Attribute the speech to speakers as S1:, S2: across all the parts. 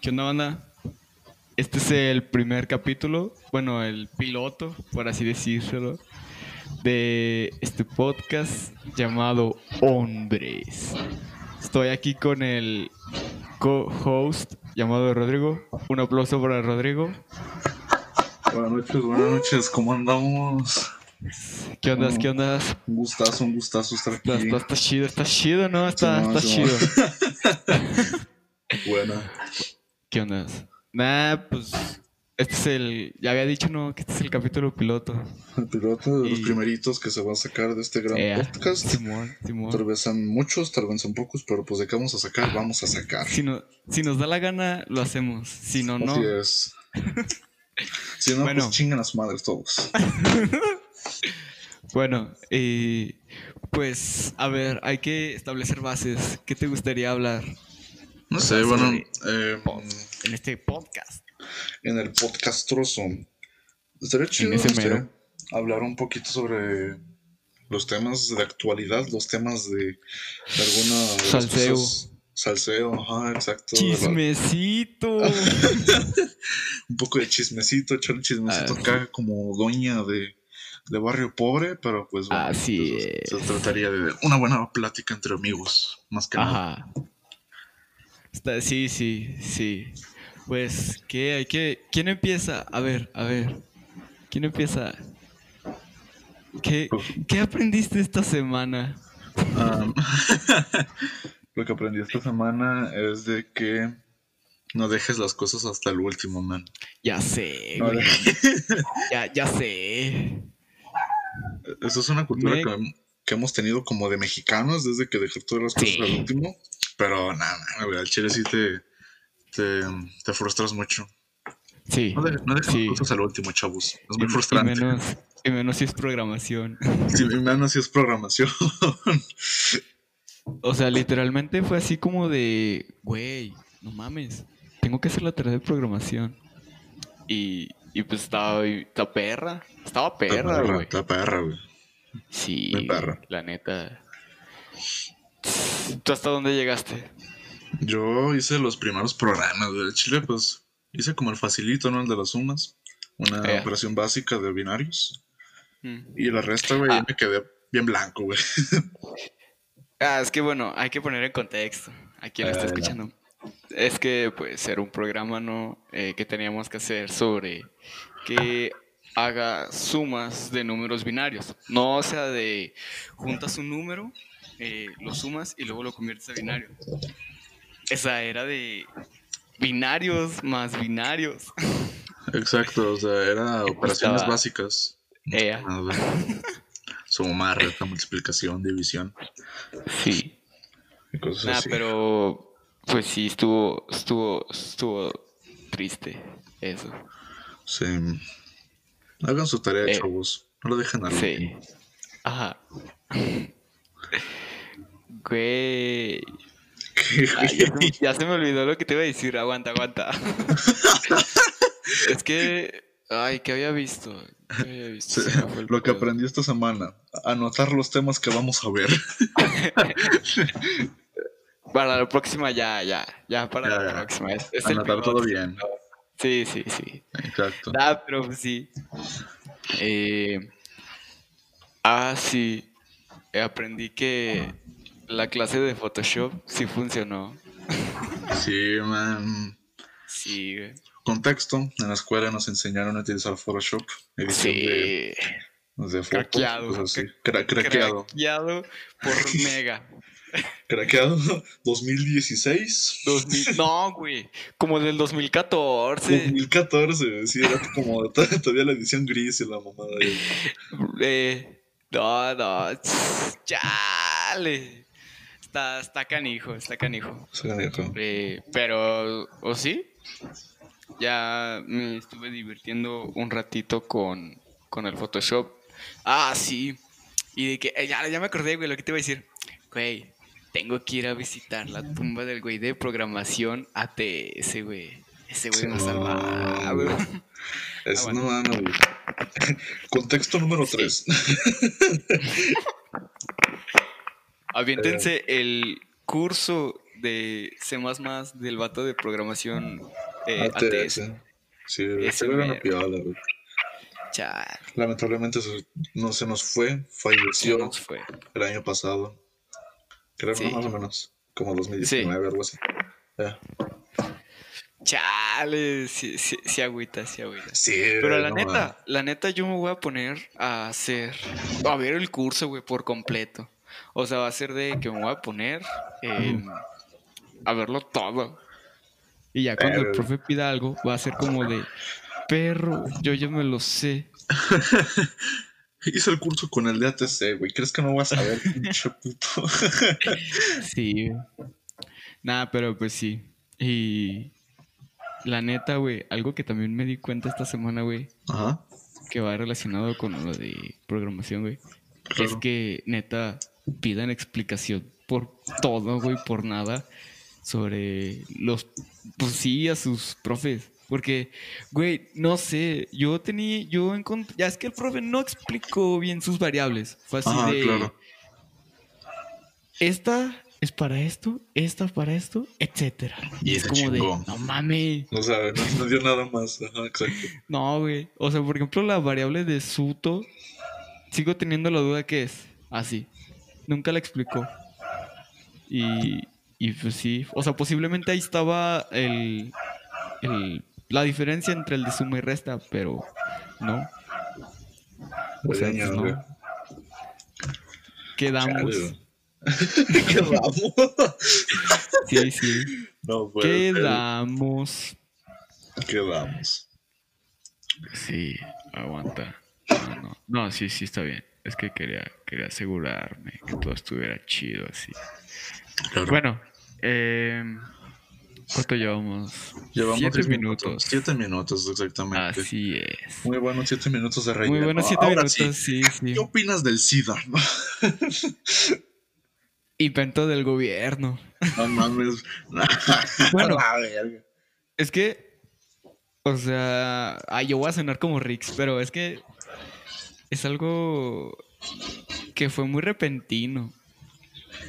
S1: ¿Qué onda, banda? Este es el primer capítulo, bueno, el piloto, por así decírselo, de este podcast llamado Hombres. Estoy aquí con el co-host llamado Rodrigo. Un aplauso para Rodrigo.
S2: Buenas noches, buenas noches, ¿cómo andamos?
S1: ¿Qué onda? ¿Qué onda?
S2: Un gustazo, un gustazo estar aquí.
S1: Está, está- está chido, está chido, ¿no? Está,
S2: Simón,
S1: está
S2: Simón.
S1: chido.
S2: Buena.
S1: ¿Qué onda? Nah, pues este es el, ya había dicho, ¿no? Que este es el capítulo piloto.
S2: El piloto de los
S1: Y-
S2: primeritos que se va a sacar de este gran
S1: Eh,
S2: podcast.
S1: Simón, Simón.
S2: Tal vez sean muchos, tal vez sean pocos, pero pues de qué vamos a sacar, vamos a sacar.
S1: Si, no- si nos da la gana, lo hacemos. Si no, no.
S2: Así es. Si no,
S1: Bueno.
S2: pues chingan las madres todos.
S1: Bueno, y pues, a ver, hay que establecer bases. ¿Qué te gustaría hablar
S2: No sé, bueno, eh,
S1: en este podcast?
S2: en el podcast trozo. Estaría chido
S1: ese
S2: no sé,
S1: mero.
S2: hablar un poquito sobre los temas de actualidad, los temas de, de alguna. de las
S1: Salseo.
S2: cosas- Salseo, ajá, exacto. de la-
S1: Chismecito.
S2: un poco de chismecito, echarle chismecito
S1: Ah,
S2: acá como doña de, de barrio pobre, pero pues bueno,
S1: Así
S2: se-
S1: es.
S2: se trataría de una buena plática entre amigos, más que nada.
S1: Ajá. Está, sí, sí, sí. Pues, ¿qué hay que? ¿Quién empieza? A ver, a ver. ¿Quién empieza? ¿Qué, qué aprendiste esta semana?
S2: Am, lo que aprendí esta semana es de que no dejes las cosas hasta el último, man.
S1: Ya sé,
S2: No
S1: Eh, güey.
S2: dejes-
S1: Ya, ya sé.
S2: Eso es una cultura
S1: Me-
S2: que, que hemos tenido como de mexicanos, desde que dejar todas las cosas
S1: Sí.
S2: al último. Pero nada, nada, güey, al chile sí te, te, te frustras mucho.
S1: Sí.
S2: No, dejes no dejen
S1: Sí.
S2: las cosas al último, chavos. Es
S1: Y-
S2: muy frustrante.
S1: Y menos, y menos si es programación.
S2: Si me menos si es programación.
S1: O sea, literalmente fue así como de, güey, no mames, tengo que hacer la tarea de programación. Y, y pues estaba, estaba perra, estaba perra, güey.
S2: Está perra, güey.
S1: Sí,
S2: Muy perra.
S1: la neta. ¿Tú hasta dónde llegaste?
S2: Yo hice los primeros programas del Chile, pues hice como el facilito, ¿no? El de las sumas. Una
S1: Eh.
S2: operación básica de binarios.
S1: Mm.
S2: Y la resta, güey,
S1: Ah.
S2: me quedé bien blanco, güey.
S1: Ah, es que bueno, hay que poner en contexto a quien lo está
S2: Ah, ya.
S1: escuchando. Es que pues era un programa no Eh, que teníamos que hacer sobre que haga sumas de números binarios. No, o sea, de juntas un número, eh, lo sumas y luego lo conviertes a binario. Esa era de binarios más binarios.
S2: Exacto, o sea, era operaciones
S1: Estaba-
S2: básicas.
S1: Ea.
S2: Ah, Nada. Sumar, resta, multiplicación, división.
S1: Sí.
S2: Y cosas
S1: Nah,
S2: así.
S1: pero pues sí estuvo estuvo estuvo triste eso.
S2: Sí. Hagan su tarea,
S1: Eh.
S2: chavos. No lo dejen al
S1: Sí.
S2: último.
S1: Ajá. Güey.
S2: ¿Qué,
S1: Ah, ya, se,
S2: güey?
S1: me- ya se me olvidó lo que te iba a decir. Aguanta, aguanta. es que. Ay, ¿qué había visto? ¿Qué había visto?
S2: Sí,
S1: Se me fue el
S2: Lo que
S1: pedo.
S2: aprendí esta semana, anotar los temas que vamos a ver.
S1: Para la próxima, ya, ya. Ya, para
S2: Ya,
S1: la
S2: ya.
S1: próxima. Es, es el
S2: Anotar
S1: piloto.
S2: todo bien.
S1: Sí, sí, sí.
S2: Exacto.
S1: Ah, pero pues sí. Eh, ah, sí. Eh, Aprendí que la clase de Photoshop sí funcionó.
S2: Sí, man.
S1: Sí, güey.
S2: Contexto, en la escuela nos enseñaron a utilizar Photoshop, edición de, pues,
S1: Sí.
S2: de fotos,
S1: Craqueado,
S2: cosas así.
S1: cra-
S2: Cra- craqueado,
S1: Craqueado por Mega.
S2: craqueado, 2016,
S1: 2000 no, güey. Como del 2014.
S2: 2014, sí, era como t- todavía la edición gris y la mamada.
S1: Eh, no, no. tss, Chale. Está, está canijo, está canijo.
S2: Se dejó.
S1: Eh, pero, ¿o sí? Ya me estuve divirtiendo un ratito con, con el Photoshop. Ah, sí. Y de que, eh, ya, ya me acordé, güey, lo que te iba a decir. Güey, tengo que ir a visitar la tumba del güey de programación ATS, güey. Ese güey me ha
S2: Sí,
S1: salvado.
S2: güey.
S1: güey.
S2: Es
S1: Ah, bueno.
S2: una mano, güey. Contexto número 3.
S1: Aviéntense el curso de C++ del vato de programación eh, ATS.
S2: ATS. Ah, Sí,
S1: Ese
S2: pero era una
S1: mero.
S2: piola, güey.
S1: Chal,
S2: Lamentablemente se- no se nos fue,
S1: se
S2: falleció
S1: nos fue.
S2: el año pasado. Creo que
S1: Sí.
S2: más o menos, como 2019 o algo así. Ya.
S1: Chale, sí, sí, sí agüita, sí agüita.
S2: Sí,
S1: Pero la
S2: no
S1: neta,
S2: mames.
S1: la neta yo me voy a poner a hacer, a ver el curso, güey, por completo. O sea, va a ser de que me voy a poner eh, a verlo todo. Y ya cuando el
S2: Pero-
S1: profe pida algo, va a ser como de, perro, yo ya me lo sé.
S2: Hice el curso con el de ATC, güey. ¿Crees que no vas a ver, pinche puto?
S1: Sí. Nada, pero pues sí. Y la neta, güey, algo que también me di cuenta esta semana, güey,
S2: Ajá.
S1: que va relacionado con lo de programación, güey. Es
S2: Claro.
S1: que neta pidan explicación por todo, güey, por nada sobre los pues sí a sus profes, porque güey, no sé, yo tenía yo encontré, ya es que el profe no explicó bien sus variables, fue así
S2: Ajá,
S1: de
S2: claro.
S1: esta es para esto, esta para esto, etcétera.
S2: Y
S1: Y es
S2: se
S1: como
S2: chingó.
S1: de, no mames.
S2: O sea, no nos dio nada más. Ajá, exacto.
S1: No, güey. O sea, por ejemplo, la variable de Suto. Sigo teniendo la duda que es. Así. Nunca la explicó. Y, y pues sí. O sea, posiblemente ahí estaba el, el- la diferencia entre el de suma y resta, pero no. O sea,
S2: Regañado,
S1: pues no.
S2: güey.
S1: Quedamos.
S2: Chale, güey. ¿Qué ramo?
S1: Sí, sí.
S2: No, puede ser.
S1: Quedamos.
S2: Quedamos.
S1: Sí, aguanta. No, no. No, sí, sí, está bien. Es que quería, quería asegurarme que todo estuviera chido así.
S2: Claro.
S1: Bueno, eh, ¿cuánto llevamos?
S2: Llevamos
S1: siete
S2: seis
S1: minutos.
S2: Siete minutos, exactamente.
S1: Así es.
S2: Muy buenos siete minutos de relleno.
S1: Muy buenos siete
S2: Ahora
S1: minutos, sí,
S2: sí,
S1: sí.
S2: ¿Qué opinas del SIDA?
S1: Invento del gobierno.
S2: No mames.
S1: Bueno.
S2: A la verga.
S1: Es que, o sea, ah, yo voy a sonar como Rix, pero es que es algo que fue muy repentino,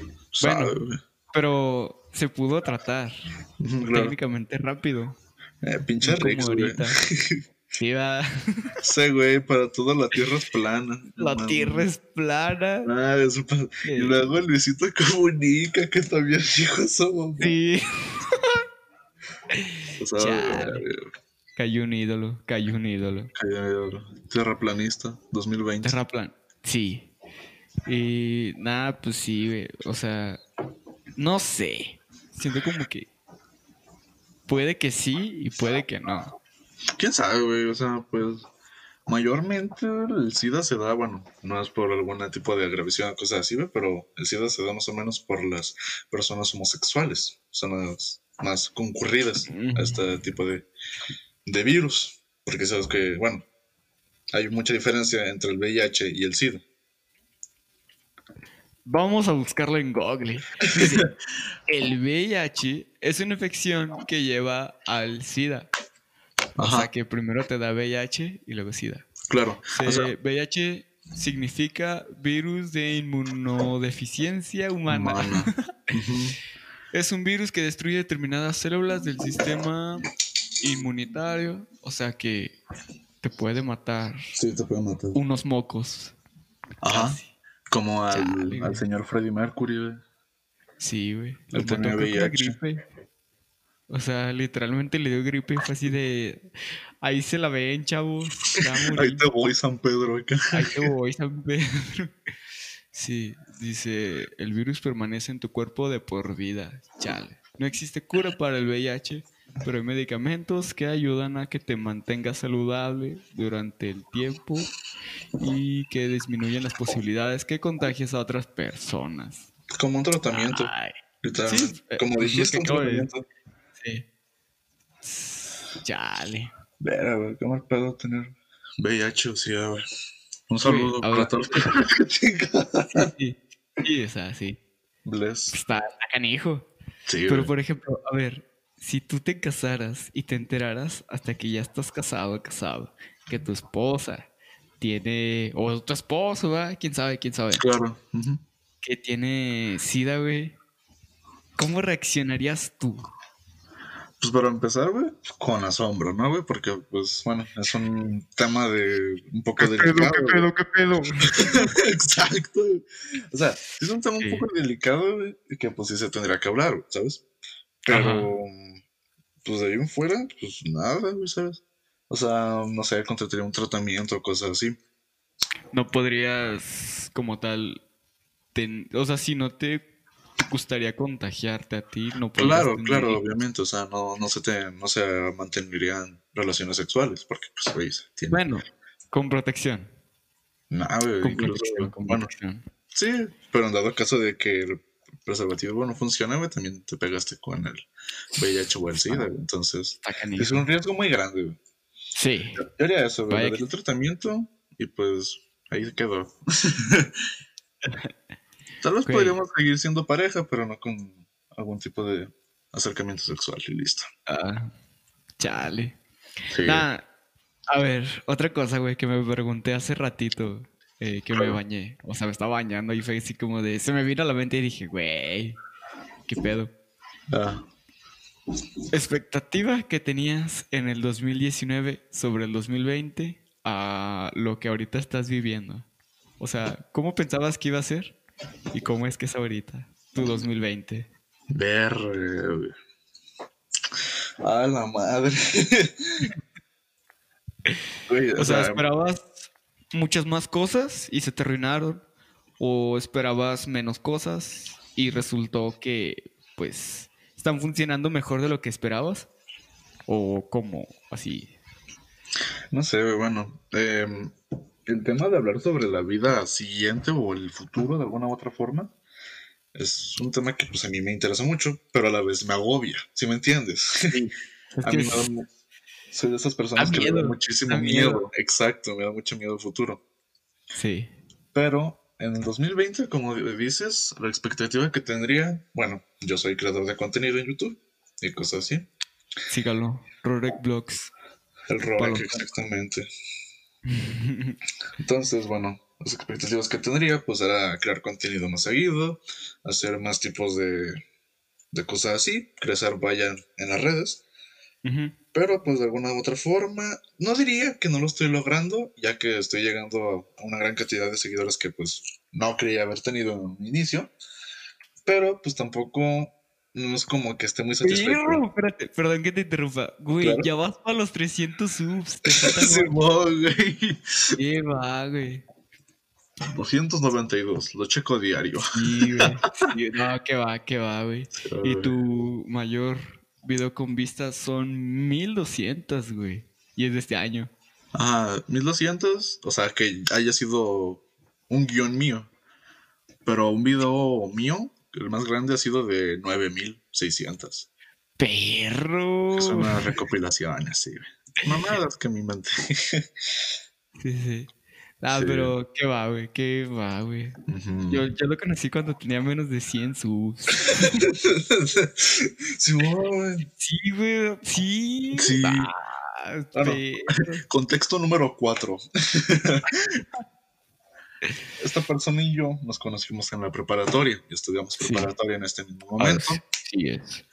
S1: Bueno.
S2: Sabe, Pues, güey.
S1: pero se pudo tratar
S2: Ujú, claro.
S1: técnicamente rápido.
S2: Eh,
S1: No
S2: pinche Rex,
S1: como
S2: güey.
S1: ahorita. Sí, va.
S2: Ese güey, para toda la tierra es plana. No
S1: La
S2: mames.
S1: tierra es plana.
S2: Ah, eso pa-
S1: Eh.
S2: Y luego el Luisito comunica que también dijo eso, Pues, mamá.
S1: Sí.
S2: O sea,
S1: Chale.
S2: güey,
S1: Cayó un ídolo, cayó un ídolo.
S2: eh, Terraplanista 2020.
S1: Terraplan, sí. Y nada, pues sí, güey. O sea, no sé. Siento como que puede que sí y puede que no.
S2: ¿Quién sabe, güey? O sea, pues mayormente el SIDA se da, bueno, no es por algún tipo de agravación o cosas así, güey, pero el SIDA se da más o menos por las personas homosexuales, son las más concurridas a este tipo de, de virus, porque sabes que, bueno, hay mucha diferencia entre el VIH y el SIDA.
S1: Vamos a buscarlo en Google. Dice, el VIH es una infección que lleva al SIDA. O sea, que primero te da VIH y luego SIDA. Eh,
S2: claro.
S1: Se-
S2: o sea,
S1: VIH significa virus de inmunodeficiencia humana.
S2: humana. Ujú.
S1: Es un virus que destruye determinadas células del sistema inmunitario, o sea que te puede matar
S2: Sí, te puede matar.
S1: unos mocos.
S2: Ajá.
S1: Casi.
S2: Como al,
S1: Chale, güey.
S2: al señor Freddie Mercury, güey.
S1: Sí, güey.
S2: Él
S1: Lo mató
S2: tenía
S1: creo que de
S2: VIH.
S1: gripe. O sea, literalmente le dio gripe y fue así de... Ahí se la ven, chavos. Ya morí.
S2: Ahí te voy, San Pedro, acá.
S1: Ahí te voy, San Pedro. Sí, dice, el virus permanece en tu cuerpo de por vida. Chale. No existe cura para el VIH, pero hay medicamentos que ayudan a que te mantengas saludable durante el tiempo y que disminuyen las posibilidades que contagies a otras personas.
S2: Como un tratamiento.
S1: Ay,
S2: Literalmente.
S1: Ah, Sí, eh,
S2: Como
S1: es lo que
S2: dijiste, un
S1: acabo de decir.
S2: tratamiento.
S1: sí. Chale.
S2: Verga, güey, qué mal pedo tener VIH o SIDA, güey. Un saludo
S1: ahora-
S2: para todos los que
S1: Sí, sí, o sea, sí. Pues
S2: Bless.
S1: Está está canijo.
S2: Sí,
S1: Pero
S2: güey.
S1: por ejemplo, a ver, si tú te casaras y te enteraras hasta que ya estás casado, casado, que tu esposa tiene, o tu esposo, ¿verdad? ¿Quién sabe, quién sabe?
S2: Claro. ujú.
S1: Que tiene sida, güey. ¿Cómo reaccionarías tú?
S2: Pues para empezar, güey, con asombro, ¿no, güey? Porque, pues, bueno, es un tema de un poco delicado.
S3: ¿Qué
S2: güey.
S3: pedo, qué pedo?
S2: Exacto. güey. O sea, sí es un tema
S1: Sí.
S2: un poco delicado, güey, y que pues sí se tendrá que hablar, güey, ¿sabes? Pero, pues de ahí en fuera, pues nada, güey, ¿sabes? O sea, no sé, contrataría un tratamiento o cosas así.
S1: Pues, No podrías, como tal, ten- o sea, si no te gustaría contagiarte a ti, no podrías
S2: Claro,
S1: tener-
S2: claro, obviamente, o sea, no, no se te, no se mantendrían relaciones sexuales, porque pues ahí se tiene.
S1: Bueno, con protección.
S2: Nah, güey,
S1: Con
S2: Eh, incluso,
S1: protección, con
S2: bueno,
S1: protección.
S2: sí, pero en dado caso de que el preservativo no funciona, güey, también te pegaste con el VIH o el SIDA, güey, entonces
S1: Está canijo.
S2: es un riesgo muy grande, güey.
S1: Sí.
S2: Yo haría eso, güey,
S1: Vaya
S2: lo
S1: que-
S2: del tratamiento y pues ahí se quedó. Tal vez
S1: Ok.
S2: podríamos seguir siendo pareja, pero no con algún tipo de acercamiento sexual y listo.
S1: Ah, chale.
S2: Sí.
S1: Nah, a ver, otra cosa, güey, que me pregunté hace ratito eh, que me bañé. O sea, me estaba bañando y fue así como de. Se me vino a la mente y dije, güey, qué pedo.
S2: Ah.
S1: Expectativa que tenías en el 2019 sobre el 2020 a lo que ahorita estás viviendo. O sea, ¿cómo pensabas que iba a ser? ¿Y cómo es que es ahorita? Tu 2020.
S2: Ver. eh, A la madre. Güey,
S1: O sea, ¿esperabas muchas más cosas y se te arruinaron? ¿O esperabas menos cosas y resultó que, pues, están funcionando mejor de lo que esperabas? ¿O cómo? Así.
S2: no sé, güey, bueno. em, el tema de hablar sobre la vida siguiente o el futuro de alguna u otra forma es un tema que pues a mí me interesa mucho, pero a la vez me agobia, si me entiendes?
S1: Es
S2: a
S1: que
S2: mí
S1: es-
S2: me da mu- soy de esas personas
S1: Da
S2: que me da
S1: miedo,
S2: muchísimo
S1: da miedo.
S2: miedo. Exacto, me da mucho miedo el futuro.
S1: sí.
S2: Pero en el 2020, como dices, la expectativa que tendría, bueno, yo soy creador de contenido en YouTube y cosas así.
S1: Sígalo. Rorek Blogs.
S2: El rol,
S1: Palomas.
S2: exactamente. Entonces, bueno, las expectativas que tendría, pues era crear contenido más seguido, hacer más tipos de, de cosas así, crecer vaya en las redes.
S1: Ujú.
S2: Pero pues de alguna u otra forma, no diría que no lo estoy logrando, ya que estoy llegando a una gran cantidad de seguidores que pues no creía haber tenido en un inicio. Pero pues tampoco no es como que esté muy satisfecho.
S1: Perro, espérate, perdón que te interrumpa. Güey,
S2: Claro.
S1: ya vas para los 300 subs. Te faltan
S2: Sí, güey.
S1: Sí, va, güey.
S2: 292, lo checo diario.
S1: Sí, güey. Sí, no, que va, que va, güey. Y tu mayor video con vistas son 1200, güey. Y es de este año.
S2: Ah, 1200, o sea, que haya sido un guión mío. Pero un video mío, el más grande ha sido de 9600.
S1: ¡Perro!
S2: Es una recopilación así, güey. Mamadas que me inventé.
S1: Sí, sí. Ah,
S2: Sí.
S1: pero qué va, güey, qué va, güey.
S2: Ujú.
S1: Yo, yo lo conocí cuando tenía menos de 100 subs.
S2: Sí, güey.
S1: Sí, güey, sí.
S2: Sí.
S1: Va,
S2: Claro.
S1: perro.
S2: Contexto número 4. Esta persona y yo nos conocimos en la preparatoria y estudiamos
S1: Sí.
S2: preparatoria en este mismo
S1: Ah,
S2: momento.
S1: sí, es.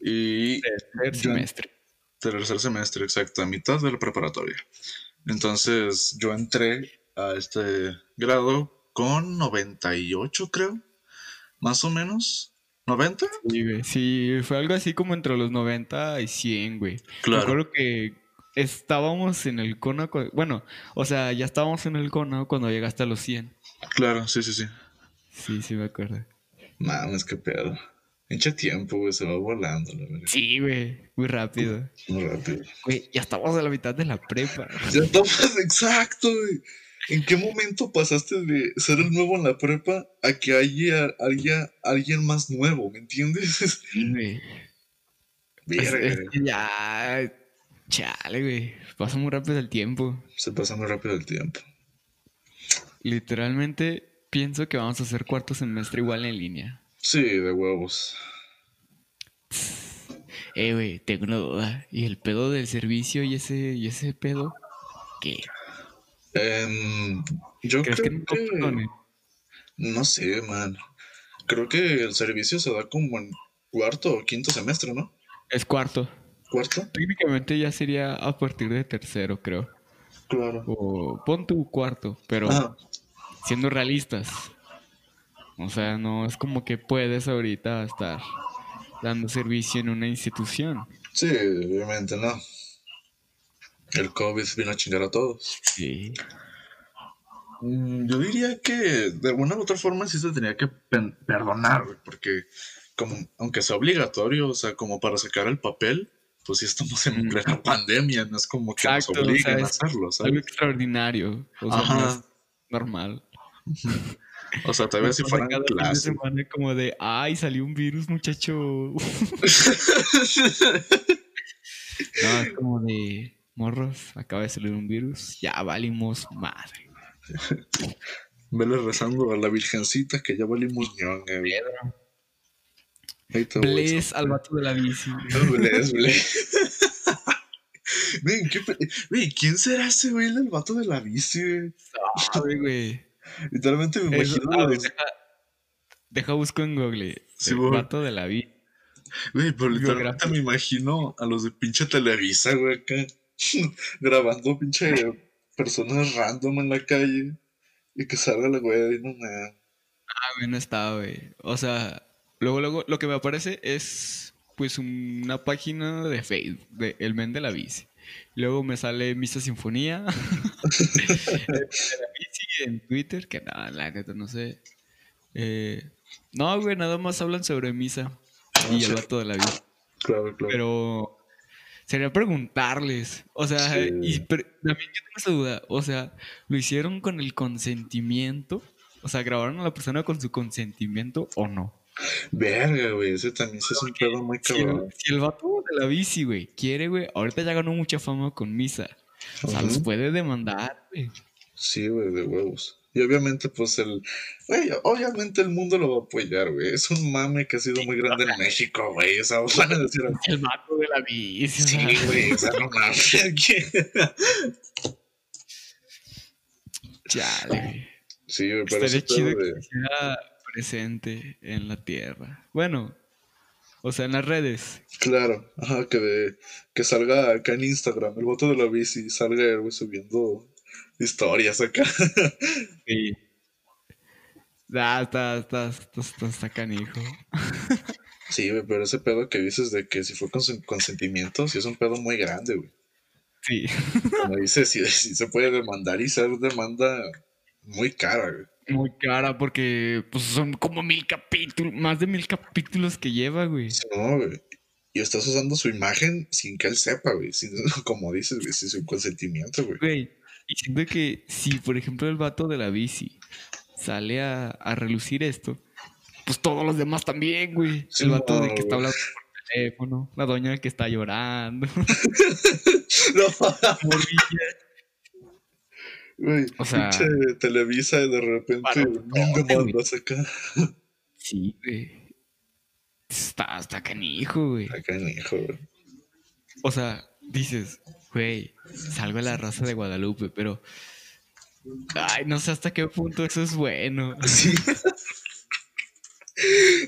S2: Y
S1: Tercer
S2: Yo-
S1: semestre.
S2: Tercer semestre, exacto, a mitad de la preparatoria. Entonces yo entré a este grado con 98, creo, más o menos. ¿90?
S1: Sí, güey, sí, fue algo así como entre los 90 y 100, güey. Me
S2: Claro.
S1: acuerdo que estábamos en el cono, cu- bueno, o sea, ya estábamos en el cono cuando llegaste a los 100.
S2: Claro, sí, sí, sí.
S1: Sí, sí, me acuerdo.
S2: Mames, qué pedo. Hincha tiempo, güey, se va volando, la verdad.
S1: Sí, güey, muy rápido.
S2: Muy rápido.
S1: Güey, ya estábamos a la mitad de la prepa.
S2: Ya estamos exacto, güey. ¿En qué momento pasaste de ser el nuevo en la prepa a que haya, haya alguien más nuevo? ¿Me entiendes?
S1: Sí, güey. Es-
S2: Verga,
S1: es que ya, chale, güey, pasa muy rápido el tiempo.
S2: Se pasa muy rápido el tiempo.
S1: Literalmente pienso que vamos a hacer cuarto semestre igual en línea.
S2: Sí, de huevos.
S1: Eh, güey, tengo una duda. ¿Y el pedo del servicio y ese, y ese pedo? ¿Qué?
S2: Em, yo
S1: ¿Crees que
S2: creo
S1: no
S2: que...
S1: perdone?
S2: No sé, man. Creo que el servicio se da como en cuarto o quinto semestre, ¿no?
S1: Es cuarto.
S2: ¿Cuarto?
S1: Técnicamente ya sería a partir de tercero, creo.
S2: Claro.
S1: O pon tu cuarto, pero
S2: Ah,
S1: siendo realistas. O sea, no es como que puedes ahorita estar dando servicio en una institución.
S2: sí, obviamente no. El COVID vino a chingar a todos.
S1: Sí.
S2: Mm, Yo diría que de alguna u otra forma sí se tenía que pen- perdonar, güey, porque como, aunque sea obligatorio, o sea, como para sacar el papel, pues sí estamos en
S1: Ujú.
S2: plena pandemia, no es como que
S1: Exacto, o
S2: nos obliguen
S1: sea,
S2: a
S1: es
S2: hacerlo,
S1: Algo
S2: ¿sabes?
S1: extraordinario. O sea, no es
S2: Ajá,
S1: normal.
S2: o sea, tal vez si
S1: O sea,
S2: fueran
S1: cada fin de
S2: clases.
S1: semana como de, ay, salió un virus, muchacho. no, es como de, morros, acaba de salir un virus, ya valimos madre.
S2: Vele rezando a la virgencita que ya valimos ñonga, güey. Ahí te voy,
S1: Bless al vato de la bici.
S2: No, Bless, Bless. Güey, ¿qué pe- güey, ¿quién será ese güey el vato de la bici? güey?
S1: Sabe, güey.
S2: Literalmente me
S1: Es-
S2: imagino.
S1: ah,
S2: güey,
S1: deja, deja busco en Google.
S2: Sí,
S1: el
S2: voy.
S1: vato de la bici.
S2: Güey, pero literalmente
S1: biográfico.
S2: me imagino a los de pinche Televisa, güey, acá. grabando pinche personas random en la calle. Y que salga la güey ahí, no me.
S1: Ah, güey, no está, güey. O sea, luego, luego, lo que me aparece es pues una página de Facebook, de El Men de la Bici. Luego me sale Misa Sinfonía. El Men de la Bici en Twitter, que nada, la neta, no sé. Eh, no, güey, nada más hablan sobre Misa y el vato de la bici.
S2: Claro, claro.
S1: Pero sería preguntarles. O sea,
S2: Sí.
S1: y per- también yo tengo esa duda. O sea, ¿lo hicieron con el consentimiento? O sea, ¿grabaron a la persona con su consentimiento o no?
S2: Verga, güey, ese también sí es un pedo muy
S1: Si el,
S2: cabrón.
S1: si el vato de la bici, güey, quiere, güey, ahorita ya ganó mucha fama con Misa. O sea, los
S2: Ujú.
S1: puede demandar, güey.
S2: Sí, güey, de huevos. Y obviamente, pues el. Güey, obviamente el mundo lo va a apoyar, güey. Es un mame que ha sido muy grande en México, güey. O sea, van a decir.
S1: El vato de la bici. o
S2: Sí,
S1: sea,
S2: güey, o sea, no mames.
S1: chale, güey.
S2: Sí, güey, pero ese
S1: Estaría chido
S2: pedo
S1: que
S2: de.
S1: estuviera presente en la tierra. Bueno, o sea, en las redes.
S2: Claro, ajá, que, de- que salga acá en Instagram el voto de la bici y salga el güey subiendo historias acá.
S1: Sí. Ah, está, está, está, está, está canijo.
S2: Sí, güey, pero ese pedo que dices de que si fue con su- consentimiento, sí es un pedo muy grande, güey.
S1: Sí,
S2: Como dices, sí, sí se puede demandar y ser demanda muy cara, güey.
S1: muy cara porque pues, son como mil capítulos, más de mil capítulos que lleva, güey.
S2: Sí, No, güey. Y estás usando su imagen sin que él sepa, güey. sin- como dices, güey, sin su consentimiento, güey.
S1: Güey, y siento que si, por ejemplo, el vato de la bici sale a, a relucir esto, pues todos los demás también, güey.
S2: Sí,
S1: El vato de
S2: no,
S1: que está
S2: güey.
S1: hablando por teléfono, la doña que está llorando,
S2: No,
S1: morrilla.
S2: güey.
S1: O sea-
S2: pinche Televisa y de repente
S1: Para
S2: mil
S1: todo, güey.
S2: demandas acá.
S1: Sí, güey. Está, está canijo, güey.
S2: Acá, hijo, güey.
S1: O sea, dices, güey, salgo a la raza de Guadalupe, pero. Ay, no sé hasta qué punto eso es bueno.
S2: Sí.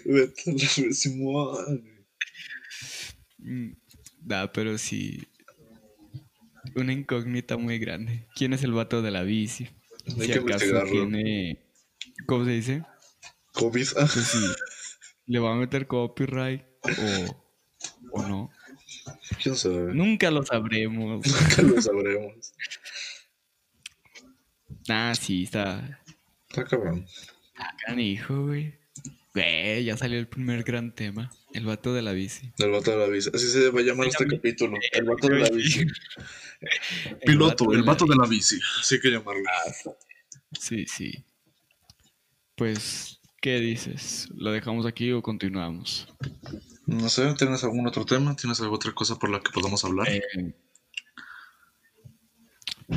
S2: Vete a la vez, Simón.
S1: Mm, Da, pero sí. Una incógnita muy grande. ¿Quién es el vato de la bici?
S2: Hay
S1: Si
S2: que
S1: acaso
S2: investigarlo.
S1: tiene. ¿Cómo se dice?
S2: COVID. ah,
S1: Pues sí. ¿Le va a meter copyright o, o no?
S2: ¿Quién sabe?
S1: Nunca lo sabremos.
S2: Nunca lo sabremos.
S1: Ah, sí, está.
S2: Está cabrón.
S1: Canijo, güey. Güey, ya salió el primer gran tema. El vato de la bici.
S2: El vato de la bici. Así se va a llamar este
S1: Dígame.
S2: capítulo. El vato de la bici. Piloto, el vato de la bici. Así hay que llamarlo.
S1: Sí, sí. Pues, ¿qué dices? ¿Lo dejamos aquí o continuamos?
S2: No sé, ¿tienes algún otro tema? ¿Tienes alguna otra cosa por la que podamos hablar?
S1: Eh,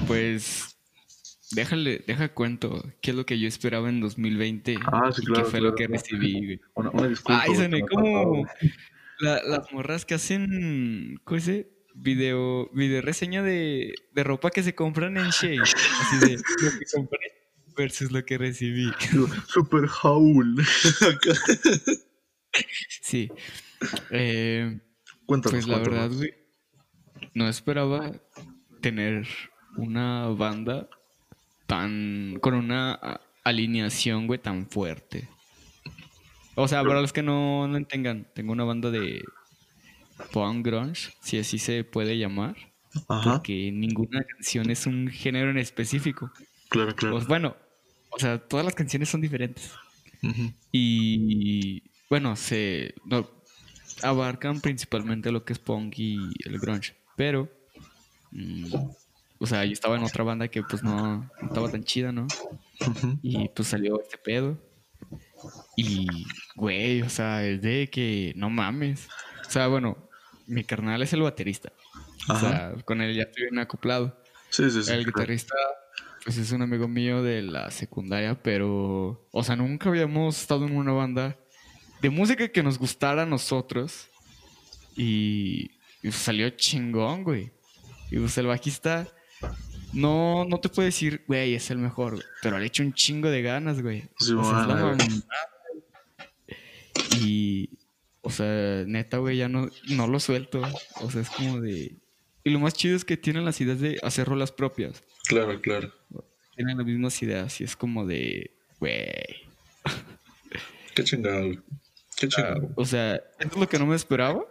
S1: pues, déjale, deja cuento qué es lo que yo esperaba en 2020
S2: Ah, sí,
S1: y
S2: claro,
S1: qué fue
S2: claro.
S1: lo que recibí. güey.
S2: Una, una disculpa.
S1: Ay,
S2: güey,
S1: soné
S2: por la falta,
S1: como
S2: güey.
S1: la- las morras que hacen, ¿cómo se? Video, video reseña de, de ropa que se compran en Shein. Así de lo que compré versus lo que recibí.
S2: Super Howl.
S1: Sí. Eh,
S2: Cuéntanos.
S1: pues la
S2: cuéntanos.
S1: verdad, güey, no esperaba tener una banda tan. con una a- alineación, güey, tan fuerte. O sea, para los que no, no entiendan, tengo una banda de punk grunge, si así se puede llamar,
S2: Ajá,
S1: que ninguna canción es un género en específico.
S2: claro, claro.
S1: Pues bueno, o sea, todas las canciones son diferentes.
S2: Ujú.
S1: Y bueno, se no, abarcan principalmente lo que es punk y el grunge. Pero, mm, o sea, yo estaba en otra banda que pues no, no estaba tan chida, ¿no?
S2: Ujú.
S1: Y pues salió este pedo. Y, güey, o sea, es de que no mames. O sea, bueno, mi carnal es el baterista. O
S2: Ajá.
S1: sea, con él ya estoy bien acoplado.
S2: Sí, sí, sí.
S1: El
S2: claro.
S1: guitarrista, pues es un amigo mío de la secundaria, pero, o sea, nunca habíamos estado en una banda de música que nos gustara a nosotros. Y, y salió chingón, güey. Y pues el bajista, no, no te puede decir, güey, es el mejor, güey, pero le echo un chingo de ganas, güey.
S2: Sí,
S1: O sea, es la
S2: bueno, eh,
S1: mamada. Y, o sea, neta, güey, ya no, no lo suelto. O sea, es como de... Y lo más chido es que tienen las ideas de hacer rolas propias.
S2: Claro, claro.
S1: Tienen las mismas ideas y es como de... Güey.
S2: Qué chingado. güey. Qué chingado.
S1: O sea, eso es lo que no me esperaba.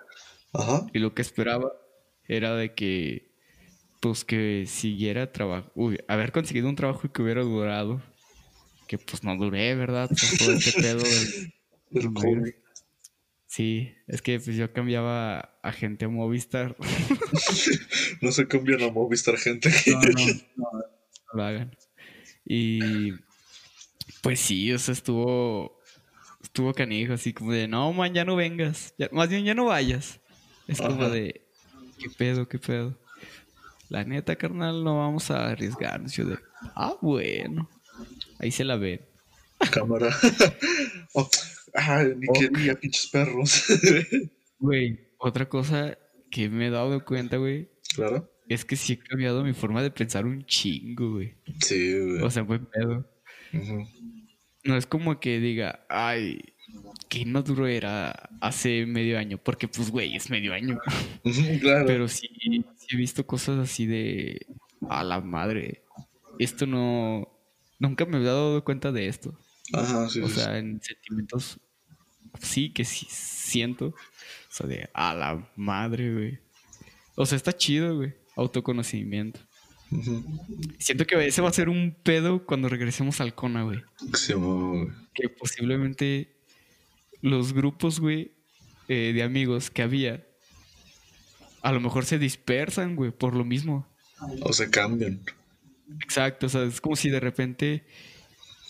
S2: Ajá.
S1: Y lo que esperaba era de que... Pues que siguiera trabajo... Uy, haber conseguido un trabajo que hubiera durado. Que pues no duré, ¿verdad? Por todo este pedo del-
S2: El
S1: Muy
S2: COVID.
S1: bien. Sí, es que pues yo cambiaba a gente a Movistar.
S2: No se cambian a Movistar, gente.
S1: No, no, no, no lo hagan. Y pues sí, o sea, estuvo estuvo canijo, así como de, "No, man, ya no vengas, ya- más bien ya no vayas." Es como
S2: Ajá.
S1: de, "¿Qué pedo, qué pedo?" La neta, carnal, no vamos a arriesgarnos. Yo de, "Ah, bueno." Ahí se la ven.
S2: Cámara. Oh, ay, ni
S1: Ok.
S2: quería, pinches perros.
S1: Güey, otra cosa que me he dado cuenta, güey,
S2: claro.
S1: Es que sí he cambiado mi forma de pensar un chingo, güey.
S2: Sí, güey.
S1: O sea, buen pedo. Pues
S2: Ujú.
S1: No es como que diga, ay, qué inmaduro era hace medio año. Porque, pues, güey, es medio año.
S2: Ujú, Claro.
S1: Pero sí, sí he visto cosas así de, a la madre. Esto no. Nunca me había dado cuenta de esto.
S2: Ajá, sí,
S1: O
S2: sí, sí.
S1: sea, en sentimientos. Sí, que sí siento. O sea, de, a la madre, güey. O sea, está chido, güey. Autoconocimiento.
S2: Ujú.
S1: Siento que ese va a ser un pedo cuando regresemos al Cona, güey.
S2: Sí, güey.
S1: Que posiblemente los grupos, güey, eh, de amigos que había, a lo mejor se dispersan, güey, por lo mismo.
S2: O se cambian.
S1: Exacto, o sea, es como si de repente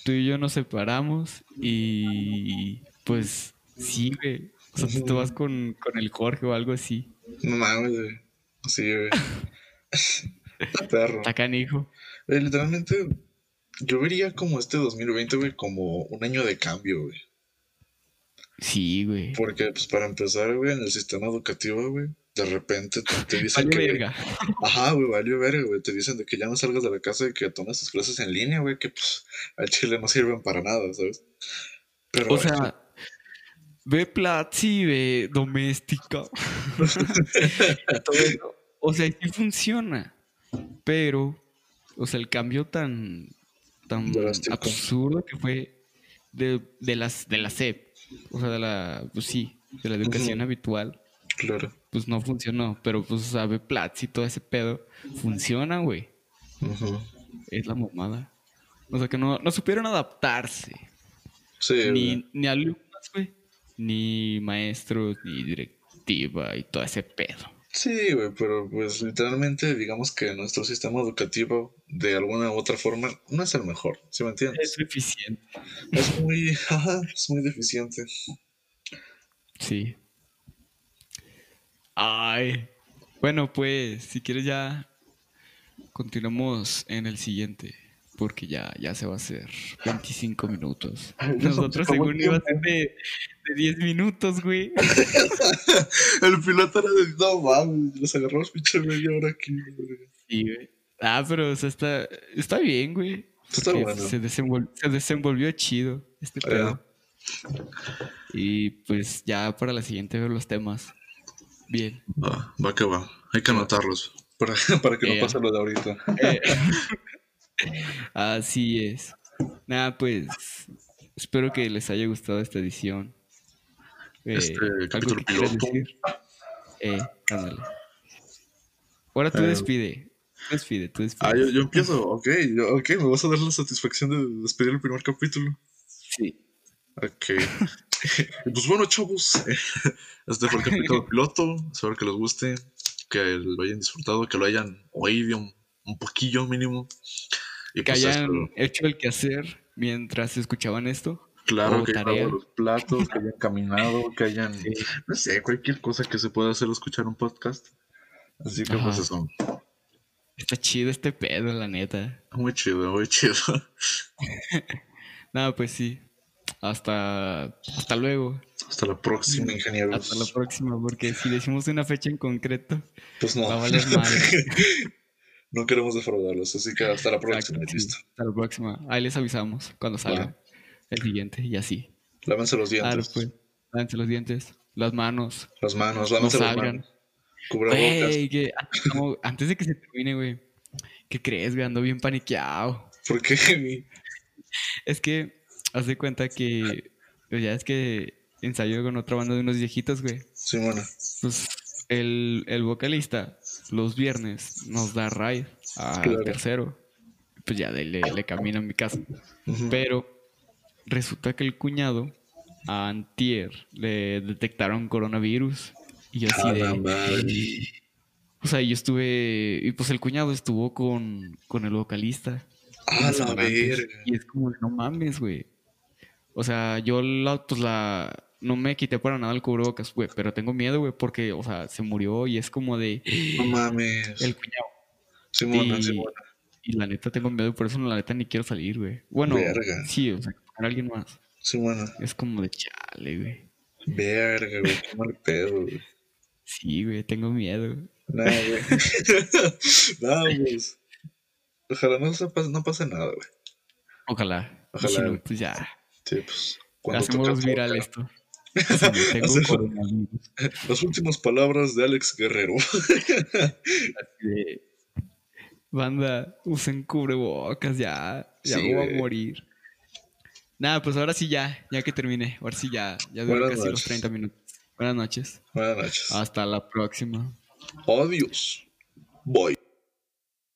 S1: tú y yo nos separamos y pues sí, güey. O sea, tú te vas con, con el Jorge o algo así.
S2: No mames, güey. Sí, güey. Está Perro.
S1: Está canijo.
S2: Eh, literalmente, yo vería como este 2020, güey, como un año de cambio, güey.
S1: Sí, güey.
S2: Porque, pues, para empezar, güey, en el sistema educativo, güey, de repente te, te dicen
S1: Vale,
S2: que...
S1: verga.
S2: Ajá, güey, valió verga, güey. Te dicen de que ya no salgas de la casa y que tomas tus clases en línea, güey, que, pues, al chile no sirven para nada, ¿sabes? Pero,
S1: O sea, ve Platzi, ve Doméstica. Todo eso. O sea, sí funciona. Pero, o sea, el cambio tan, tan
S2: Drástico.
S1: absurdo que fue de, de las, de la SEP, o sea, de la, pues sí, de la educación
S2: Ujú.
S1: habitual,
S2: claro.
S1: pues no funcionó. Pero, pues, o sea, ve Platzi, todo ese pedo, funciona, güey.
S2: Ujú.
S1: Es la mamada. O sea, que no, no supieron adaptarse.
S2: Sí, güey.
S1: ni, ni alumnos, güey. Ni maestros, ni directiva y todo ese pedo.
S2: Sí, güey, pero pues literalmente digamos que nuestro sistema educativo de alguna u otra forma no es el mejor, ¿sí me
S1: Es
S2: entiendes?
S1: eficiente.
S2: Es muy, ajá, es muy deficiente.
S1: Sí. Ay. Bueno, pues, si quieres ya continuamos en el siguiente. Porque ya, ya se va a hacer 25 minutos.
S2: Ay, ya se
S1: Nosotros
S2: acabó el
S1: según iba a ser de, de 10 minutos, güey.
S2: El piloto era de no mames, los agarró pinche media hora aquí. güey.
S1: Sí, güey. Ah, pero o sea, está, está bien, güey.
S2: Está
S1: Porque
S2: bueno.
S1: Se, desenvol- se desenvolvió chido este
S2: Ah,
S1: pedo. Y pues ya para la siguiente veo los temas. Bien.
S2: Va, va que va. Hay que anotarlos para, para que
S1: Eh,
S2: no pase lo de ahorita.
S1: Eh, Así es. Nada, pues espero que les haya gustado esta edición. Eh,
S2: Este
S1: ¿algo
S2: capítulo
S1: que quieras
S2: piloto.
S1: decir? Eh, ándale. Ahora tú
S2: Eh,
S1: despide. Tú Despide, tú despide.
S2: Ah, yo, yo empiezo. Ok, yo- ok, me vas a dar la satisfacción de despedir el primer capítulo.
S1: Sí.
S2: Ok. pues bueno, chavos. Este fue el capítulo piloto. Espero que les guste, que lo hayan disfrutado, que lo hayan oído un, un poquillo mínimo. Y
S1: Que
S2: pues
S1: hayan
S2: esto,
S1: hecho el quehacer mientras escuchaban esto.
S2: claro,
S1: o
S2: que hayan
S1: tarea.
S2: lavado los platos, que hayan caminado, que hayan, no sé, cualquier cosa que se pueda hacer escuchar un podcast. Así que pues
S1: Ajá.
S2: eso,
S1: Está chido este pedo, la neta.
S2: muy chido, muy chido.
S1: Nada, pues sí. Hasta, hasta luego.
S2: Hasta la próxima,
S1: Mm, Hasta la
S2: ingenieros.
S1: próxima, porque si decimos una fecha en concreto,
S2: Pues no,
S1: va a valer madre.
S2: no queremos defraudarlos, así que hasta la próxima,
S1: Exacto, sí.
S2: listo.
S1: Hasta la próxima. Ahí les avisamos cuando salga el siguiente y así.
S2: Lávense los
S1: Claro,
S2: dientes,
S1: pues. Lávense los dientes, las manos.
S2: las manos, lávense las
S1: salgan.
S2: manos. Cubrebocas.
S1: Güey, que ah, no, antes de que se termine, güey. ¿Qué crees, güey? Ando bien paniqueado.
S2: ¿Por qué?
S1: Es que, haz de cuenta que. pues, ya es que ensayo con otra banda de unos viejitos, güey.
S2: Simona.
S1: Pues el, el vocalista los viernes nos da raid al
S2: Claro.
S1: tercero. Pues ya de ahí le, le camino a mi casa.
S2: Ujú.
S1: Pero resulta que el cuñado a Antier le detectaron coronavirus. Y yo así
S2: Ah, la
S1: de.
S2: madre.
S1: O sea, yo estuve. Y pues el cuñado estuvo con, con el vocalista.
S2: Ah,
S1: una
S2: la
S1: semana antes,
S2: verga.
S1: Y es como, no mames, güey. O sea, yo la, pues la. No me quité para nada el cubrebocas, güey. Pero tengo miedo, güey, porque, o sea, se murió y es como de.
S2: No mames.
S1: El cuñado.
S2: Simona,
S1: y-
S2: Simona.
S1: Y la neta tengo miedo, por eso la neta ni quiero salir, güey. Bueno,
S2: Verga.
S1: sí, o sea, para alguien más.
S2: Simona.
S1: Es como de chale, güey.
S2: Verga, güey. Qué mal pedo, güey.
S1: Sí, güey, tengo miedo.
S2: Nada, güey. Nada, pues. Ojalá no, se pas- no pase nada, güey.
S1: Ojalá. Y
S2: Ojalá.
S1: Si no, pues ya.
S2: Sí, pues. Cuando
S1: hacemos
S2: toca,
S1: viral
S2: toca.
S1: esto. Sí, yo tengo
S2: Hacemos-
S1: coronavirus.
S2: Las últimas palabras de Alex Guerrero.
S1: Así de, Banda, usen cubrebocas, ya. Ya
S2: Sí,
S1: me voy
S2: güey.
S1: a morir. Nada, pues ahora sí ya, ya que terminé. Ahora sí ya, ya duró
S2: Buenas
S1: casi los
S2: noches.
S1: 30 minutos. Buenas noches. Ah.
S2: Buenas noches.
S1: Hasta la próxima.
S2: Adiós. Bye.